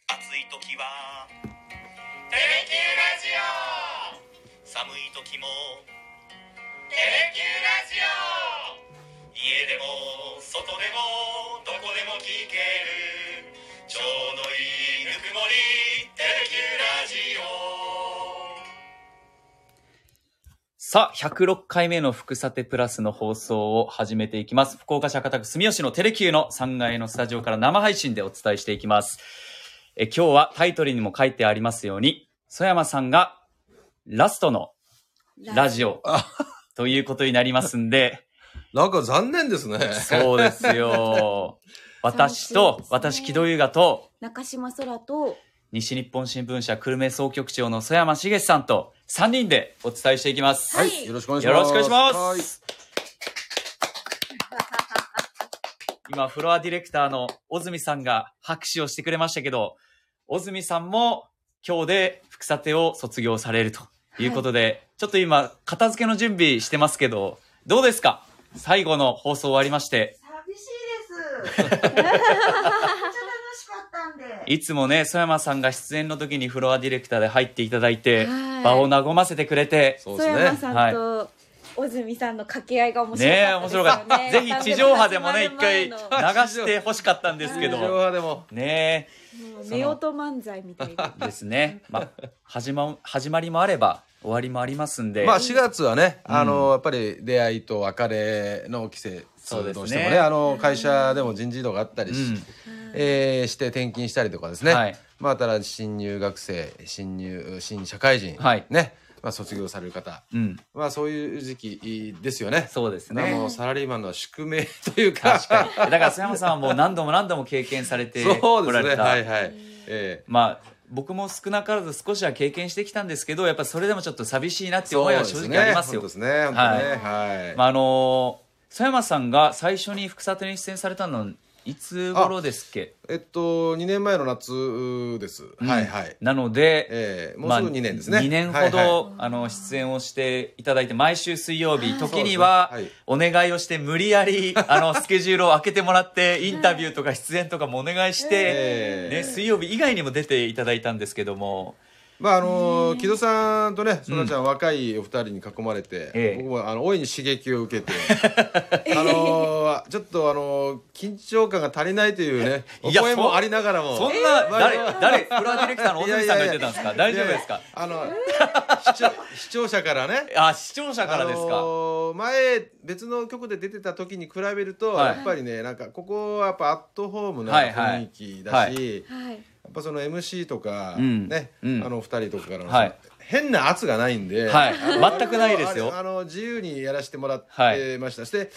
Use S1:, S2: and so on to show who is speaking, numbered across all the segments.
S1: い時は
S2: テレキューラジオ
S1: 寒い時も
S2: テレキューラジオ
S1: 家でも外でもどこでも聞けるちょうどいいぬくもりテレキューラジオ
S3: さあ、106回目の福さてプラスの放送を始めていきます。福岡市博多区住吉のテレキューの3階のスタジオから生配信でお伝えしていきます。え今日はタイトルにも書いてありますように、曽山さんがラストのラジオ
S4: あ
S3: ということになりますんで、
S4: なんか残念ですね。
S3: そうですよ。私
S5: 寂しい
S3: と、
S5: ですね
S3: 私木戸優雅と、
S5: 中島空と
S3: 西日本新聞社久留米総局長の曽山茂さんと3人でお伝えしていきます。
S4: はい、よろしくお願いし
S3: よろ
S4: ます。
S3: しくお願いします。
S4: はい
S3: 今、フロアディレクターの小住さんが拍手をしてくれましたけど、小住さんも今日で福さてを卒業されるということで、ちょっと今、片付けの準備してますけど、どうですか最後の放送終わりまして、
S6: 寂しいです。めっちゃ楽しかったんで。
S3: いつもね、曽山さんが出演の時にフロアディレクターで入っていただいて、
S5: はい
S3: 場を和ませてくれて、
S4: そう
S5: 曽
S4: です
S5: 山さ
S4: ね。
S5: んと小住さんの掛け合いが面白
S3: ねえ、
S5: かっ
S3: 面
S5: たです
S3: 白
S5: よ
S3: かった。
S5: ね。
S3: ぜひ地上波でもね、
S5: 番
S3: 一
S5: 組
S3: 回
S5: 始
S3: 流
S5: まる
S3: して欲しかったんですけ
S4: 地上
S3: ど、
S4: 波でも。
S3: ね
S5: 前のもう夫婦漫才みたいな。
S3: え、ですね。まあ、始ま、始まりもあれば、終わりもありますんで。
S4: まあ4月はね、あの、やっぱり出会いと別れの季節、
S3: そうですね
S4: どうしてもね、あの、会社でも人事異動があったりし、
S3: うん
S4: えーして転勤したりとかですね。
S3: はい
S4: まあ、ただ新入学生、新入、新社会人、
S3: はい
S4: ね、まあ卒業される方、
S3: うん、
S4: まあそういう時期ですよね。
S3: そうです
S4: まあ
S3: ね。
S4: もうサラリーマンの宿命というか、
S3: 確かに。だから、須山さんはもう何度も何度も経験されて
S4: そ
S3: こ
S4: うで
S3: ら
S4: す
S3: れ
S4: ね。
S3: た。
S4: はいはい。ええ
S3: まあ、僕も少なからず少しは経験してきたんですけど、やっぱそれでもちょっと寂しいなっていう思いは正直ありますよ。
S4: そうですね。本当ですね。はい。
S3: まあ、あのー、須山さんが最初に福里に出演されたの、いつ頃ですっけ
S4: えっと、2年前の夏です。はいはい。
S3: なので、
S4: ええもうすぐ2年ですね。
S3: 2年ほど、
S4: はいは
S3: あの出演をしていただいて毎週水曜日、時に
S4: そ
S3: は
S4: うですね
S3: お願いをして無理や りあのスケジュールを開けてもらってインタビューとか出演とかもお願いして
S4: え、え
S3: ね、水曜日以外にも出ていただいたんですけども
S4: いまあ、あの木戸さんとね、そらちゃん、若いお二人に囲まれて、
S3: ええ
S4: 僕もあの大いに刺激 を受けて、あのちょっとあの緊張感が足りないというね、お
S3: いや
S4: 声
S3: そ
S4: も
S3: ん
S4: ありながらも。
S3: そんな
S4: まあ
S3: 誰誰プロディレクターの小泉さんが言ってたんですか大丈夫ですか
S4: いやい やあの、視聴視聴者からね、
S3: あ視聴者からです
S4: あ
S3: か、
S4: のー前別の局で出てた時に比べると、
S3: はい
S4: やっぱりねなんかここはやっぱアットホームな
S3: はいはい
S4: 雰囲気だし、
S3: は
S5: はい。
S4: やっぱその MC とか、
S3: うん
S4: ね、
S3: うん
S4: あの二人とかからの、
S3: はい
S4: 変な圧がないんで、
S3: はい
S4: あの
S3: 全くないですよ
S4: あの自由にやらせてもらっ
S3: は
S4: てました、して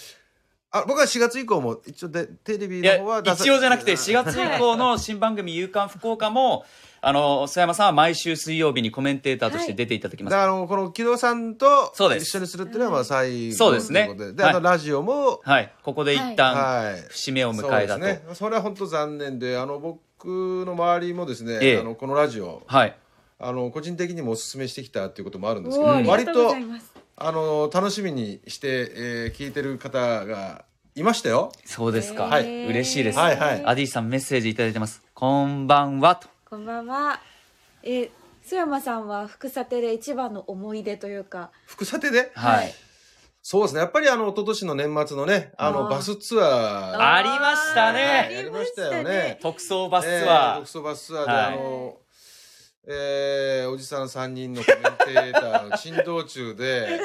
S4: あ僕は4月以降も一応でテレビ
S3: い
S4: の
S3: や
S4: 方は出さ
S3: 一応じゃなくて4月以降の新番組「夕刊福岡も」あの須山さんは毎週水曜日にコメンテーターとして出ていただきま
S4: だ
S3: す、
S4: からあのこの木戸さんと
S3: そうで
S4: 一
S3: す
S4: 緒にするっていうのはまあ最後
S3: そうですね
S4: ということでで
S3: はい
S4: あのラジオも、
S3: はいここで一
S4: は
S3: 旦
S4: い
S3: 節目を迎えた
S4: そう
S3: と、
S4: ですねそれは本当残念であの僕の周りもですね、
S3: ええ
S4: あのこのラジオ
S3: はい
S4: あの個人的にもお勧めしてきたっていうこともあるんですけ
S5: お
S4: ど
S5: ーありが
S4: 割
S5: とうご
S4: と
S5: ざいます。
S4: あの楽しみにして、えー聞いてる方がいましたよ
S3: そうですか、
S4: はい
S3: 嬉しいです、
S4: はいはい
S3: アディさんメッセージいただいてますこんばんはと
S5: こんばんは。えー、須山さんは福さてで一番の思い出というか。
S4: 副査定で
S3: はい、
S5: はい
S4: そうですねやっぱりあの一昨年の年末のねあ
S5: あ
S4: の
S5: ー
S4: バスツアー
S3: ありましたね
S5: あ
S4: や
S5: り
S4: り
S5: ま
S4: ま
S5: し
S4: したた
S5: ね
S4: よね。
S3: 特捜バスツ
S4: えー
S3: ア
S4: 特
S3: ー、
S4: 捜バスツアーで、
S3: はい
S4: あの、えーおじさん3人のコメンテーターの珍道 中で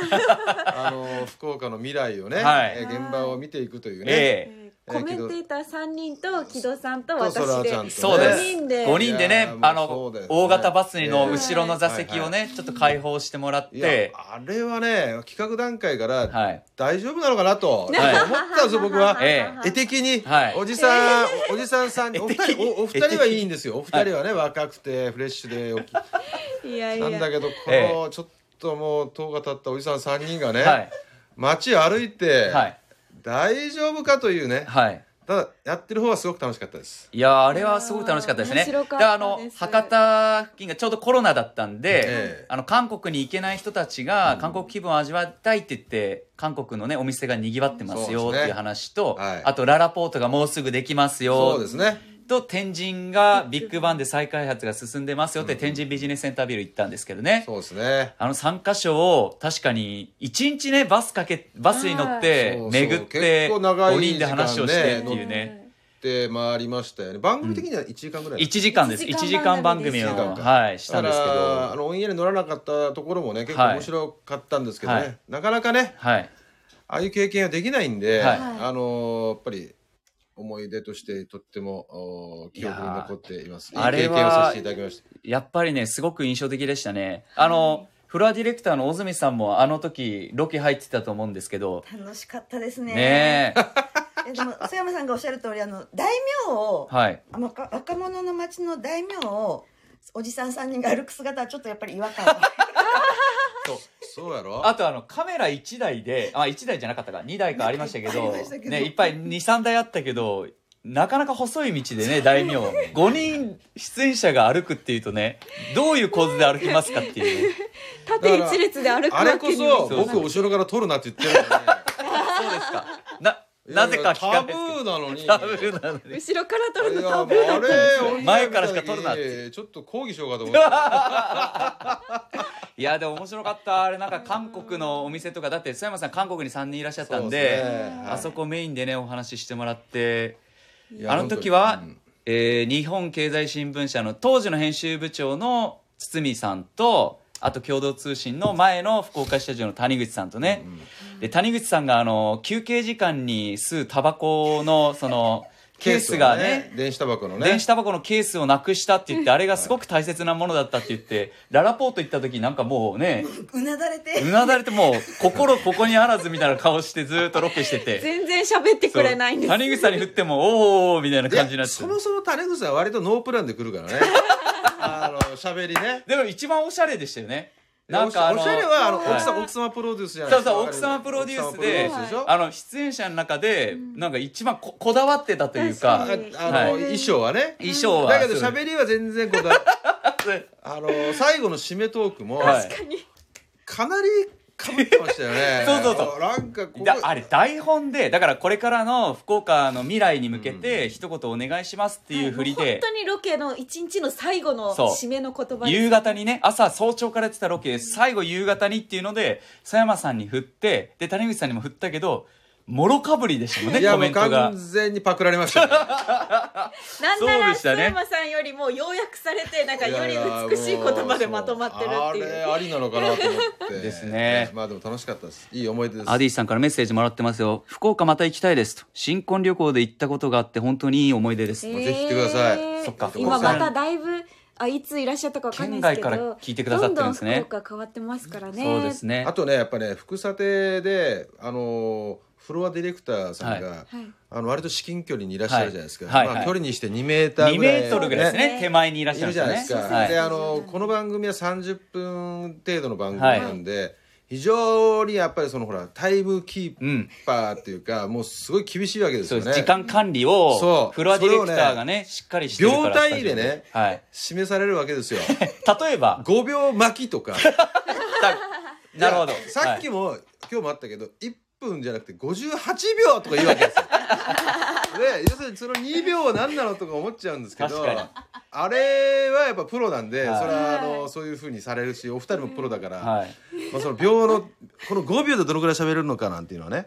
S4: あの福岡の未来をね、
S3: はい
S4: えー現場を見ていくというね、
S3: ええ
S5: えー
S4: えー
S5: コメンテーター三人と木戸さんと
S4: と
S5: 私
S4: そら
S5: で
S4: ちゃんとね
S3: そうです
S5: 五人で
S3: 5人で
S4: い
S3: ね
S4: やーもう
S3: あ
S4: そ
S3: の
S4: うだよね
S3: 大型バスの
S4: ええ
S3: 後ろの座席をね、ちょっと開放してもらっ
S4: いや
S3: て
S4: あれはね企画段階から、
S3: はい
S4: 大丈夫なのかなと、
S3: はい
S4: 思ったんですよ僕 は、
S3: え
S4: 絵的に、
S3: はい
S4: おじさん、おじさんさんお二人おお二人はいいんですよお二人はね、若くてフレッシュでおき
S5: いやい
S4: なんだ
S5: や。
S4: けどこの、
S3: え
S4: ちょっともう10日経ったおじさん3人がね、
S3: はい
S4: 街歩いて、
S3: はい
S4: 大丈夫かというね
S3: はい
S4: ただやってる方はすごく楽しかったです
S3: いやーあれはすごく楽しかったですね。
S5: 面白かったです
S3: であの博多付近がちょうどコロナだったんで、
S4: ええ
S3: あの韓国に行けない人たちが韓国気分を味わいたいって言って韓国のねお店が賑わってますよ
S4: そ
S3: っ
S4: う
S3: て
S4: ですね
S3: いう話と、
S4: はい
S3: あとララポートがもうすぐできますよ
S4: そうですね
S3: っと天神がビッグバンで再開発が進んでますよって天神ビジネスセンタービル行ったんですけどね。
S4: そうですね。
S3: あの3カ所を確かに1日ねバスかけバスに乗って
S4: そうそう
S3: 巡って
S4: 結構長い
S3: 5人で話をしてって
S4: 時
S3: いうね
S4: で回りましたよね。番組的には1時間ぐらいだった。
S3: 1時間です1
S5: 1
S3: 時
S5: 時
S3: 間
S5: 間
S3: 番
S5: 番
S3: 組
S5: 組
S3: を
S5: を
S3: はいしたん
S4: だか
S3: ですけ
S4: ら
S3: ど
S4: あのオンエアに乗らなかったところもね結構
S3: はい
S4: 面白かったんですけどね、
S3: はい
S4: なかなかね
S3: はい
S4: ああいう経験はできないんで、
S3: はい
S4: あのーやっぱり思い出としてとってもお記憶に残っています。い
S3: や
S4: い
S3: ー
S4: 経験をさせていただきました。
S3: やっぱりねすごく印象的でしたねあのフロアディレクターの小住さんもあの時ロケ入ってたと思うんですけど
S2: 楽しかったですね。
S3: ねえ
S2: えでも、曽山さんがおっしゃる通り、あの、大名を、
S3: はい
S2: あの若若者の街の大名を、おじさん3人が歩く姿はちょっとやっぱり違和 感が。
S4: そうやろ
S3: あとあのカメラ1台であ1台じゃなかったか2台かありましたけ
S2: あり
S3: ど
S2: ましたけど
S3: ねいっぱい23台あったけどなかなか細い道でね大名5人出演者が歩くっていうとねどういう構図で歩きますかっていうね
S5: 縦一列で歩く
S4: あ
S5: わ
S4: れこ
S5: けに
S4: そ
S5: も
S3: そう
S4: 僕後ろから撮るなって言ってるのに、
S3: そうですかな なぜか聞かないですけど
S4: いやいやタブ
S3: タ
S4: ーなのに。
S3: ブーなのに
S5: 後ろから撮
S4: い
S5: るの
S4: やも
S5: 多
S4: う
S5: 分
S4: あれ
S3: 前からしか撮るなって
S4: てちょっと抗議しようかと思って
S3: いやでも面白かったあれなんか韓国のお店とかだって須山さん韓国に3人いらっしゃったんで
S4: そうですねはい
S3: あそこメインでねお話ししてもらって
S4: い や
S3: あの時は
S4: 本、
S3: えー日本経済新聞社の当時の編集部長の堤さんとあと共同通信の前の福岡支社長の谷口さんと
S4: 当に
S3: ね、で谷口さんがあの休憩時間に吸うタバコのそのケースが
S4: ケー
S3: ね
S4: スを電子タバコのね
S3: 電子タバコのケースをなくしたって言ってあれがすごく大切なものだったって言ってララポート行った時なんかもうね
S2: うなだれて。
S3: うなだれてもう心ここにあらずみたいな顔してずーっとロケしてて
S5: 全然喋ってくれないんです
S3: 谷口さんに振ってもおーおーみたいな
S4: で
S3: 感じになって
S4: そもそも種口さんは割とノープランで来るから ねあの喋りね
S3: でも一番おしゃれでしたよねなんかあの
S4: おしゃれはあの
S3: はい
S4: 奥さん奥様プロデュースじゃないですか
S3: そうそう奥様プロデュースで
S4: 奥様プロデュースしょ
S3: あの出演者の中でなんか一番ここだわってたというか
S5: 確かに
S4: ああの
S3: はい
S4: 衣装はね
S3: 衣装は
S4: だけど
S3: そう
S4: 喋りは全然こ だあの最後の締めトークも
S3: はい
S5: 確かに
S4: かなりかぶってましたよ ね
S3: そうそうそう
S4: なんかここ
S3: だあれ台本でだからこれからの福岡の未来に向けて一言お願いしますっていう振り
S5: 本
S3: で
S5: 当にロケの一日の最後の
S3: そう
S5: 締めの言葉です
S3: 夕方にね朝早朝からやってたロケ最後夕方にっていうので佐山さんに振ってで谷口さんにも振ったけどもろかぶりでしたもん
S4: い
S3: ね
S4: や
S3: コ
S4: も
S3: メ
S4: う
S3: ントが
S4: 完全にパクられましたね
S5: なんな
S3: そうで
S5: ら
S3: し
S5: 須
S3: たね
S5: 山さんよりも要約されてなんか
S4: い
S5: よ
S4: やい
S5: り
S4: や
S5: 美しい言葉でまとまってるっていう
S4: もあれありなのかなと思って
S3: ですね
S4: まあでも楽しかったですいい思い出です
S3: アディさんからメッセージもらってますよ。福岡また行きたいですと。新婚旅行で行ったことがあって本当にいい思い出です。
S5: えー
S4: ぜひ来てください
S3: そっか
S5: 今まただいぶあいついらっしゃったかわかんないですけ
S3: 県
S5: ど
S3: 外から聞いてくださってるんですね
S5: どんどん福岡変わってますからね
S3: そうですね
S4: あ。とねやっぱね副査定であのーフロアディレクターさんが、
S5: はい
S4: あの割と至近距離にいらっしゃるじゃないですか、
S3: はいはいはい
S4: まあ、距離にして2メーター
S3: 2
S4: ぐらい、
S3: メートルぐらいですね。
S5: ね
S3: 手前にいらっし
S4: い
S3: ゃる
S4: る
S3: ん
S4: じゃない
S3: で
S4: です
S3: す
S4: か
S3: よね。は
S4: で
S3: い。
S4: あのこの番組は30分程度の番組なんで、非常にやっぱりそのほらタイムキ
S3: う
S4: ー
S3: ん。
S4: パーっていうかもうすごい厳しいわけです
S3: そう
S4: よ
S3: で
S4: ね
S3: す。時間管理を
S4: そ、う
S3: フロアディレクターがね、しっかりしてるから。
S4: 秒単位でね
S3: スタジオはい。
S4: 示されるわけで すよ
S3: 例えば、
S4: 5秒巻きとか
S3: なるほど
S4: いや。さっきも、今日もあったけど1分じゃなくて58秒とか言うわ けですよで要するにその2秒は何なのとか思っちゃうんですけど
S3: 確かに
S4: あれはやっぱプロなんで、
S3: はい
S4: それはあのそういうふうにされるしお二人もプロだから、
S3: はい。はい
S4: まあ、その秒のこの5秒でどのぐらい喋れるのかなんていうのはね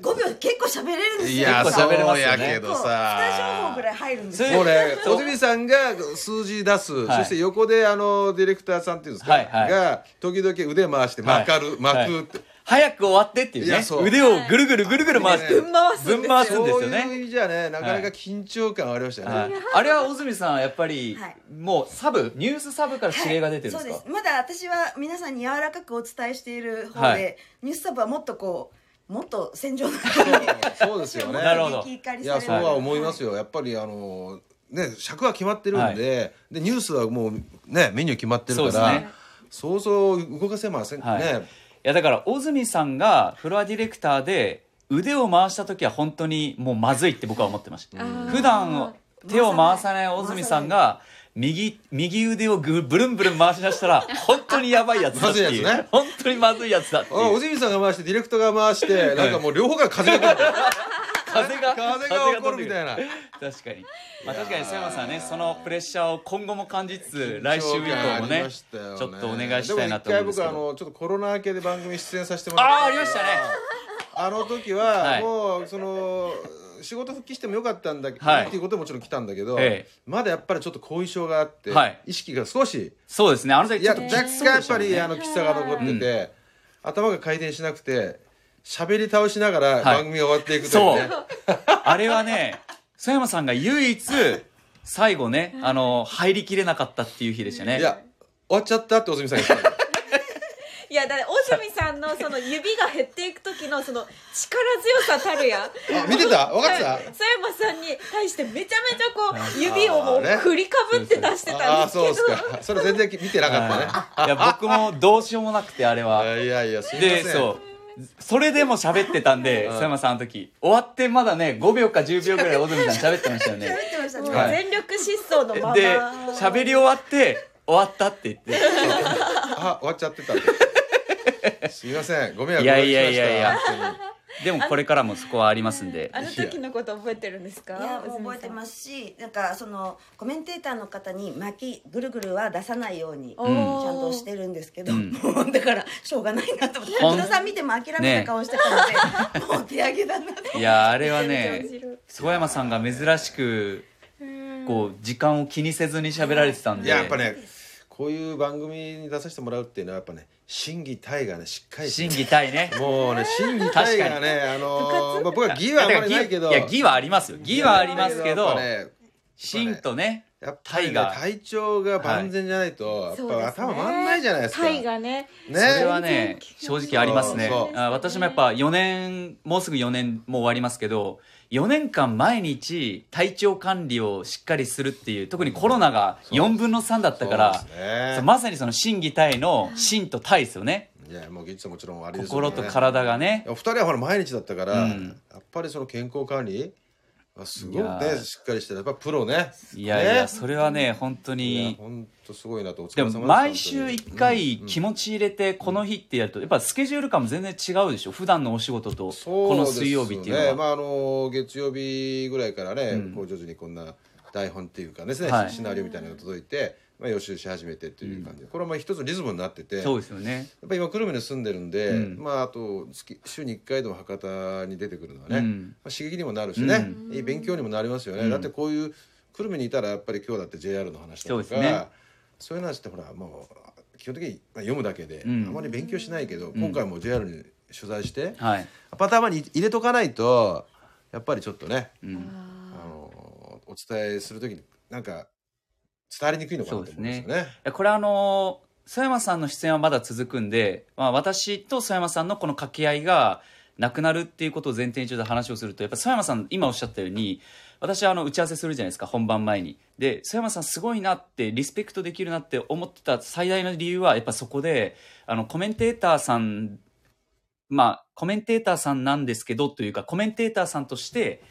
S2: 5秒結構喋れるんですよ。
S3: や 結構喋れますよね
S2: 結構、2情報ぐらい入るんですよ。
S3: そう
S4: もうね
S3: そう
S4: 小泉さんが数字出す、
S3: はい
S4: そして横であのディレクターさんっていうんですか、
S3: はいはい
S4: が時々腕回して巻かる、
S3: はい
S4: 巻くって、
S3: 早く終わってっていう
S4: い
S3: ね
S4: やそう。
S3: 腕をぐるぐるぐるぐる回して。
S4: ぶん
S5: 回すんですよ
S3: ぶん回すんです
S4: そう
S3: よね
S4: い。う意味じゃねなかなか緊張感ありましたよね、
S3: はいあれは小住さん、やっぱり
S2: はい、
S3: もうサブ、ニュースサブから指令が出てるんです
S2: そう
S3: か
S2: ですまだ私は皆さんに柔らかくお伝えしている方で、
S3: はい
S2: ニュースサブはもっとこうもっと戦場の
S4: そうですよ ね
S3: なるほど
S4: いやそうは思いますよ、やっぱりあのね尺は決まってるんで,、でニュースはもうねメニュー決まってるから
S3: そうですね
S4: そうそう動かせませんね、
S3: はいいやだから小住さんがフロアディレクターで腕を回した時は本当にもうまずいって僕は思ってました
S5: あー
S3: 普段手を回さない小住さんが右右腕をぐブルンブルン回し出したら本当にやばいやつだって
S4: まず
S3: い、
S4: いうやつね
S3: 本当にまずいやつだって
S4: あ
S3: い
S4: お
S3: う
S4: じみさんが回してディレクターが回してなんかもう両方が風が来る
S3: 風が
S4: 風が起こるみたい
S3: な
S4: な
S3: 確かに、まあ、確かに佐山さんはねそのプレッシャーを今後も感じつつ来週以降もね
S4: 緊張感ありまたよ
S3: ちょっとお願いしたいなと思うんですけど
S4: も一回僕あのちょっとコロナ明けで番組出演させてもら
S3: ああ
S4: っ
S3: ありましたね
S4: たあの時
S3: は
S4: はいもうその仕事復帰してもよかったんだけど、
S3: はい
S4: っていうことももちろん来たんだけど、
S3: ええ
S4: まだやっぱりちょっと後遺症があって、
S3: はい
S4: 意識が少し
S3: そうですねあの時
S4: い
S3: ちょ
S4: や
S3: っと
S4: 若
S3: きつ
S4: 干
S3: そう
S4: や
S3: で
S4: っ
S3: した
S4: ぱ
S3: もんね
S4: り、あのきさが残ってて、頭が回転しなくて喋り倒しながら番組が終わっていくというね、
S3: そうあれはね佐山さんが唯一最後ねあの入りきれなかったっていう日でしたね
S4: いや終わっちゃったっておすみさんが言ったの
S5: いやだって大泉さんのその指が減っていく時のその力強さたるや
S4: あ見てた分かってた
S5: 佐山さんに対してめちゃめちゃこう指をもう振りかぶって出して
S4: あ
S5: たん
S4: あ
S5: です
S4: そう
S5: け
S4: ですかそれ全然見てなかったね
S3: はいいや僕もどうしようもなくてあれは
S4: あいやいやすいませ
S3: で
S4: ん
S3: そうそれでも喋ってたんで
S4: うん
S3: 佐山さんあの時終わってまだね5秒か10秒ぐらい小泉さん喋ってましたよね
S6: 喋ってました
S5: ど、もう
S3: はい
S5: 全力疾走のまま
S3: で喋り終わって終わったって言って
S4: あ終わっちゃってた すいませんご迷惑
S3: いやいやいやいや
S4: おかけしました
S3: でもこれからもそこはありますんで
S5: あの時のこと覚えてるんですか
S2: いやもう覚えてますすしなんかそのコメンテーターの方に巻きぐるぐるは出さないようにちゃ
S5: うん
S2: んとしてるるんですけど、
S3: うん
S2: もうだからしょうがないなと思って
S3: ほん
S2: 木田さん見ても諦めた顔してたので、もう手上げだなって
S3: いやあれはね 曽山さんが珍しくこう時間を気にせずに喋られてたん
S4: い
S3: で
S4: ややっぱねこういう番組に出させてもらうっていうのはやっぱね審議体がねしっかりして
S3: 審
S4: る
S3: 議たいね
S4: もうね審議体がねあのーまあ、僕は 義はあんまりないけど
S3: いや義はありますよ義はありますけ
S4: や
S3: ど
S4: っぱね
S3: 芯とね
S4: やっぱりね
S3: 体が
S4: 体調が万全じゃないと、
S5: そう
S4: やっぱ
S5: ですね
S4: 頭回んないじゃないですか。
S5: タイがね
S4: ね。
S3: それはね正直ありますね
S4: そうそう
S3: あ私もやっぱ4年もうすぐ4年もう終わりますけど4年間毎日体調管理をしっかりするっていう特にコロナが4分の3だったから
S4: そうですね
S3: そうまさにその心技体の心と体ですよね
S4: いやもう技術はもちろんありですよね
S3: 心と体がね
S4: お二人はほら毎日だったから、
S3: うん
S4: やっぱりその健康管理はすごい
S3: いやー
S4: ねしっかりしてるやっぱプロね
S3: いやいや
S4: ね
S3: それはね本当
S4: いや
S3: に
S4: 本当すごいなとお
S3: で
S4: 疲れ様す
S3: も毎週1回
S4: うん
S3: 気持ち入れてこの日ってやるとやっぱスケジュール感も全然違うでしょ普段のお仕事と
S4: そう
S3: この水曜日っていうの
S4: です
S3: は
S4: ねまああの月曜日ぐらいからね、
S3: うん
S4: こう徐々にこんな台本っていうかですね、
S3: はい
S4: シナリオみたいなのが届いて、まあ、予習し始めてという感じ、これはまあ一つのリズムになってて
S3: そうですよね
S4: やっぱ今久留米に住んでるんで、
S3: うん
S4: まああと月週に1回でも博多に出てくるのはね、
S3: うん
S4: まあ、刺激にもなるしね、いい勉強にもなりますよね、だってこういう久留米にいたらやっぱり今日だって JR の話だ
S3: そう
S4: と
S3: で
S4: か
S3: す
S4: そう,、
S3: ね
S4: いう話ってほらもう基本的にまあ読むだけで、
S3: うん
S4: あまり勉強しないけど、今回も JR に取材して、
S3: はい
S4: パターンに入れとかないとやっぱりちょっとね、あのお伝えする時になんか伝わりにくいのかなと思うんですよね。
S3: いやこれあのー、曽山さんの出演はまだ続くんで、まあ、私と曽山さんのこの掛け合いがなくなるっていうことを前提にちょっと話をするとやっぱ曽山さん今おっしゃったように私はあの打ち合わせするじゃないですか本番前にで曽山さんすごいなってリスペクトできるなって思ってた最大の理由はやっぱそこであのコメンテーターさんまあコメンテーターさんなんですけどというかコメンテーターさんとして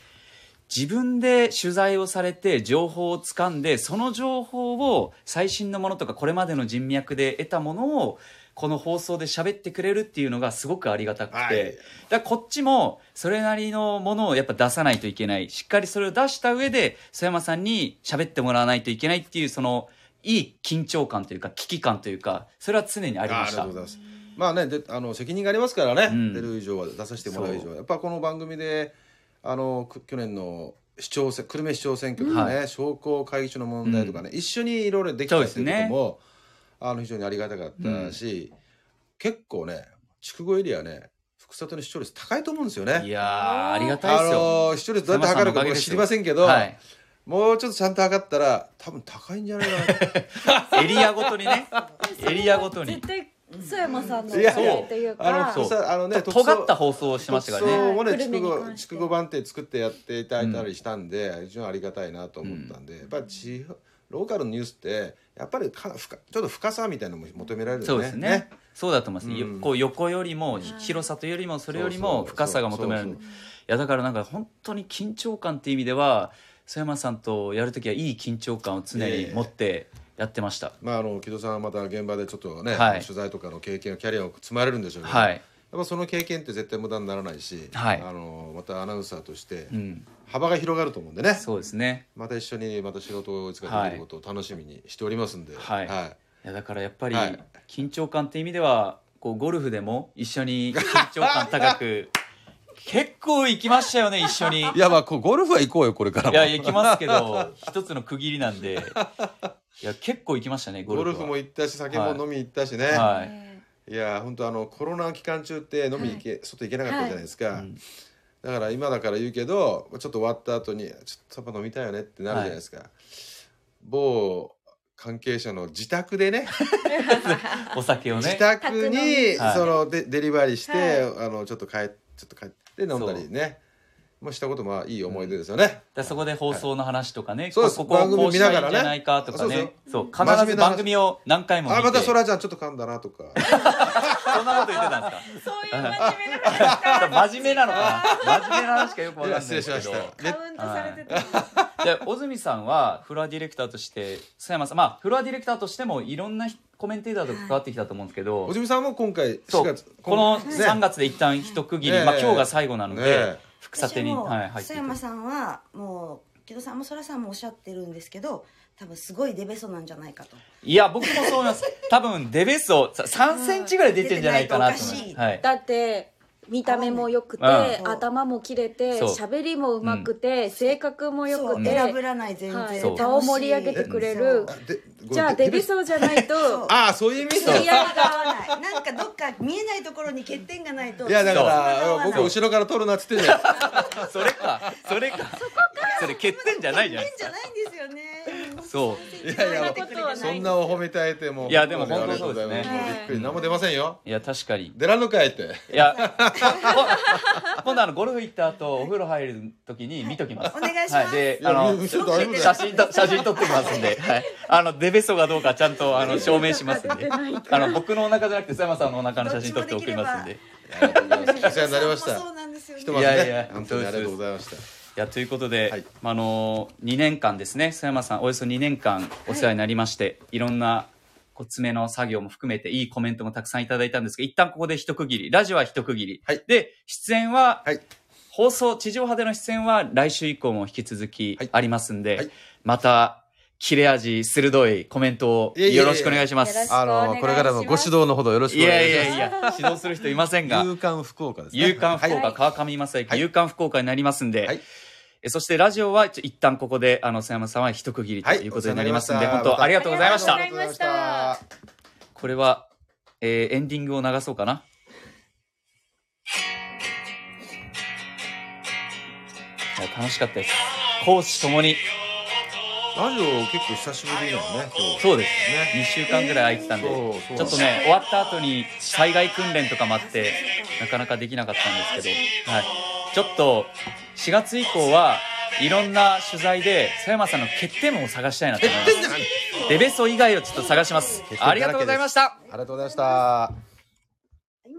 S3: 自分で取材をされて情報を掴んでその情報を最新のものとかこれまでの人脈で得たものをこの放送で喋ってくれるっていうのがすごくありがたくて、
S4: はい
S3: だからこっちもそれなりのものをやっぱ出さないといけないしっかりそれを出した上で曽山さんに喋ってもらわないといけないっていうそのいい緊張感というか危機感というかそれは常にあり
S4: あ
S3: ま
S4: あり
S3: し
S4: が
S3: た
S4: とうございます。まあね、で、あの責任がありますからね、
S3: うん
S4: 出る以上は、出させてもらう以上
S3: そ
S4: は、やっぱこの番組で。あの、く去年の市長選、久留米市長選挙とかね、商工会議所の問題とかね、一緒にいろいろできた
S3: そう
S4: っ
S3: で
S4: て
S3: す
S4: いうこ
S3: ね
S4: とも。あの、非常にありがたかったし、結構ね、筑後エリアね、福里の視聴率高いと思うんですよ
S3: い
S4: ね。
S3: やーありがたい
S4: あ
S3: ですよ、
S4: の視聴率どうやって測るか僕は知りませんけど、
S3: はい、
S4: もうちょっとちゃんと測ったら多分高いんじゃないかな
S3: エリアごとにねエリアごとに
S5: 絶対曽山さんの
S4: いや
S5: おかげという
S4: あの
S5: か
S3: そう
S4: 福里あ のね特
S3: 尖
S4: 捜
S3: った放送をしましたからね
S4: そうもね
S5: はい
S4: 筑
S5: 久留米に
S4: 後
S5: 関して
S4: 筑後番手作ってやっていただいたりしたんで、非常にありがたいなと思ったんで、やっぱ地方ローカルのニュースってやっぱりか深ちょっと深さみたいなのも求められる
S3: そ
S4: よね。
S3: うですね。そうだと思います、よ
S4: うん
S3: こう横よりもひ広さというよりもそれより
S4: そうそ
S3: も
S4: う
S3: 深さが求められる
S4: そう
S3: いやだからなんか本当に緊張感っていう意味では曽山さんとやるときはいい緊張感を常に持ってやってました、
S4: まああの木戸さんはまた現場でちょっとね、
S3: はい
S4: 取材とかの経験やキャリアを積まれるんでしょうけど、
S3: はい
S4: ぱその経験って絶対無駄にならないし、
S3: はい
S4: あのまたアナウンサーとして
S3: うん、
S4: 幅が広がると思うんでね、
S3: そうですね。
S4: また一緒にまた仕事をいつかできることを楽しみにしておりますんで、
S3: はい
S4: はい
S3: いやだからやっぱり
S4: はい
S3: 緊張感って意味ではこうゴルフでも一緒に緊張感高 く結構行きましたよね一緒に。い
S4: いやまあこうゴルフは行こうよこれからも
S3: や行きますけど一つの区切りなんでいや結構行きましたねゴ
S4: ゴ
S3: ルフ
S4: ル
S3: は
S4: フも行ったし酒も飲み行ったしね、
S3: はい。
S4: い、や本当あのコロナ期間中って飲み行け、外行けなかったじゃないですか、
S3: うん
S4: だから今だから言うけどちょっと終わった後にちょっとパパ飲みたいよねってなるじゃないですか、某関係者の自 宅でね
S3: お酒を
S4: 自
S3: ね。
S4: 宅
S3: 宅
S4: に
S3: 飲み
S4: そのデデリバリーして、
S5: は
S4: あのちょっと帰っちょっと帰って飲んだりねもうしたこともいい思い出ですよね、
S3: だからそこで放送の話とかね、
S4: そうです
S3: こここ
S4: 番組
S3: こうし
S4: 見
S3: たら
S4: なが
S3: いいん
S4: らね
S3: じゃないかとかねそう
S4: 真面
S3: 必ず
S4: 目な話
S3: 番組を何回も見て
S4: あまたそ
S3: そんな
S4: らちゃんちょっと噛んだなとか
S3: こと言ってたんですか
S5: そういう真面目な話から
S3: 真面目なのかな真面目な話かよくわかんないですけど
S4: いや失礼しまし
S5: カウントされてたんですね
S3: で小住さんはフロアディレクターとして須山さんまあフロアディレクターとしてもいろんなひコメンテーターと関わってきたと思うんですけど
S4: おじみさんも今回
S3: そ
S4: 4
S3: う
S4: 月
S3: この
S4: 今
S3: 3
S4: ね
S3: 月で一旦一区切り、
S4: ねえ
S3: まあ、今日が最後なので、
S4: ねえ
S3: 副査定に、
S2: 私も
S3: はい、入っていく
S2: 須山さんはもう木戸さんもそらさんもおっしゃってるんですけど多分すごいデベソなんじゃないかと
S3: いや僕もそう思います多分デベスをさ3センチぐらい出てるんじゃないかなと思います、
S2: 出て
S3: はい、
S5: だって見た目も良くて、
S3: うん
S5: 頭も切れて
S3: そう
S5: 喋りも上手くて、性格も良
S2: そう
S5: く
S2: 選
S5: て
S2: ぶらない全然、
S5: はい
S3: そう
S2: 楽しい
S5: 顔盛り上げてくれる
S2: そ
S4: あ
S2: う
S4: でごめん
S5: じゃあデビ
S4: ん
S5: ソーじゃ ないと
S4: ああそういう意味
S5: 釣り合い
S4: だ
S5: が
S2: 合わないなんかどっか見えないところに欠点がないと
S4: いやだか
S2: そう
S4: ら僕後ろから撮るなっつってんじゃん
S3: それかそれかそれ欠点じゃないじゃない
S2: 欠点じゃないんですよね
S3: そう
S4: いやいや
S2: そんなことはない
S4: そんなお褒めたえても
S3: いやでも本当そうですね
S4: ありがとございま
S5: はい
S4: すもびっくり何も出ませんよ
S3: いや確かに
S4: 出らんのかいって
S3: い や こ今度あのゴルフ行った後お風呂入る時に見ときます、
S2: お願いします
S3: はい、で
S4: いや
S3: あの
S4: ちょっとあれもね
S3: 写真と写真撮ってきますん で、はい、あのデベソがどうかちゃんとあの証明します んであの僕のお腹じゃなくて佐山さんのお腹の写真撮って送りますんでい
S4: ありがとうございますお世話になりまし
S2: そう
S4: た
S2: なんですよね
S4: ひとま
S3: い
S4: ず
S3: やいや
S4: ね本当にありがとうございました
S3: やということで、
S4: はい
S3: まあ、あの2年間ですね佐山さんおよそ2年間お世話になりまして、い、ろんなこう詰めの作業も含めていいコメントもたくさんいただいたんですけど一旦ここで一区切りラジオは一区切り、
S4: はい
S3: で出演は
S4: はい
S3: 放送地上波での出演は来週以降も引き続き
S4: はい
S3: ありますんで、
S4: はい
S3: また切れ味鋭いコメントを
S4: いえいえいえ
S3: よろしくお願いします。
S5: よろしく
S4: あのこれからもご指導のほどよろしく
S3: い
S4: お
S3: や
S4: 願い
S3: い
S4: します
S3: やいや、指導する人いませんが、
S4: 勇敢福岡ですね
S3: 夕刊福
S4: はい
S3: 岡、川上正
S4: は
S3: 幸、
S4: い
S3: 夕刊福岡になりますんで
S4: はい、
S3: えそしてラジオは一旦ここで、あの、瀬山さんは一区切りと
S4: はい
S3: いうことになりますんで、
S4: お世話
S3: 本
S4: になりました
S3: 当ありがとうございました
S5: あり。がとうございました
S3: これは、えーエンディングを流そうかな。いや楽しかったです。講師ともに、
S4: ラジオ結構久しぶりなのね今日
S3: そうです。2週間ぐらい空いてたんで、
S4: そうそう
S3: ちょっとね、終わった後に災害訓練とかもあって、なかなかできなかったんですけど、はい。ちょっと、4月以降は、いろんな取材で、佐山さんの欠点を探したいなと思います。デベソ以外をちょっと探します。
S4: 欠点だら
S3: あ
S4: け
S3: り
S4: です
S3: がとうございました。
S4: ありがとうございました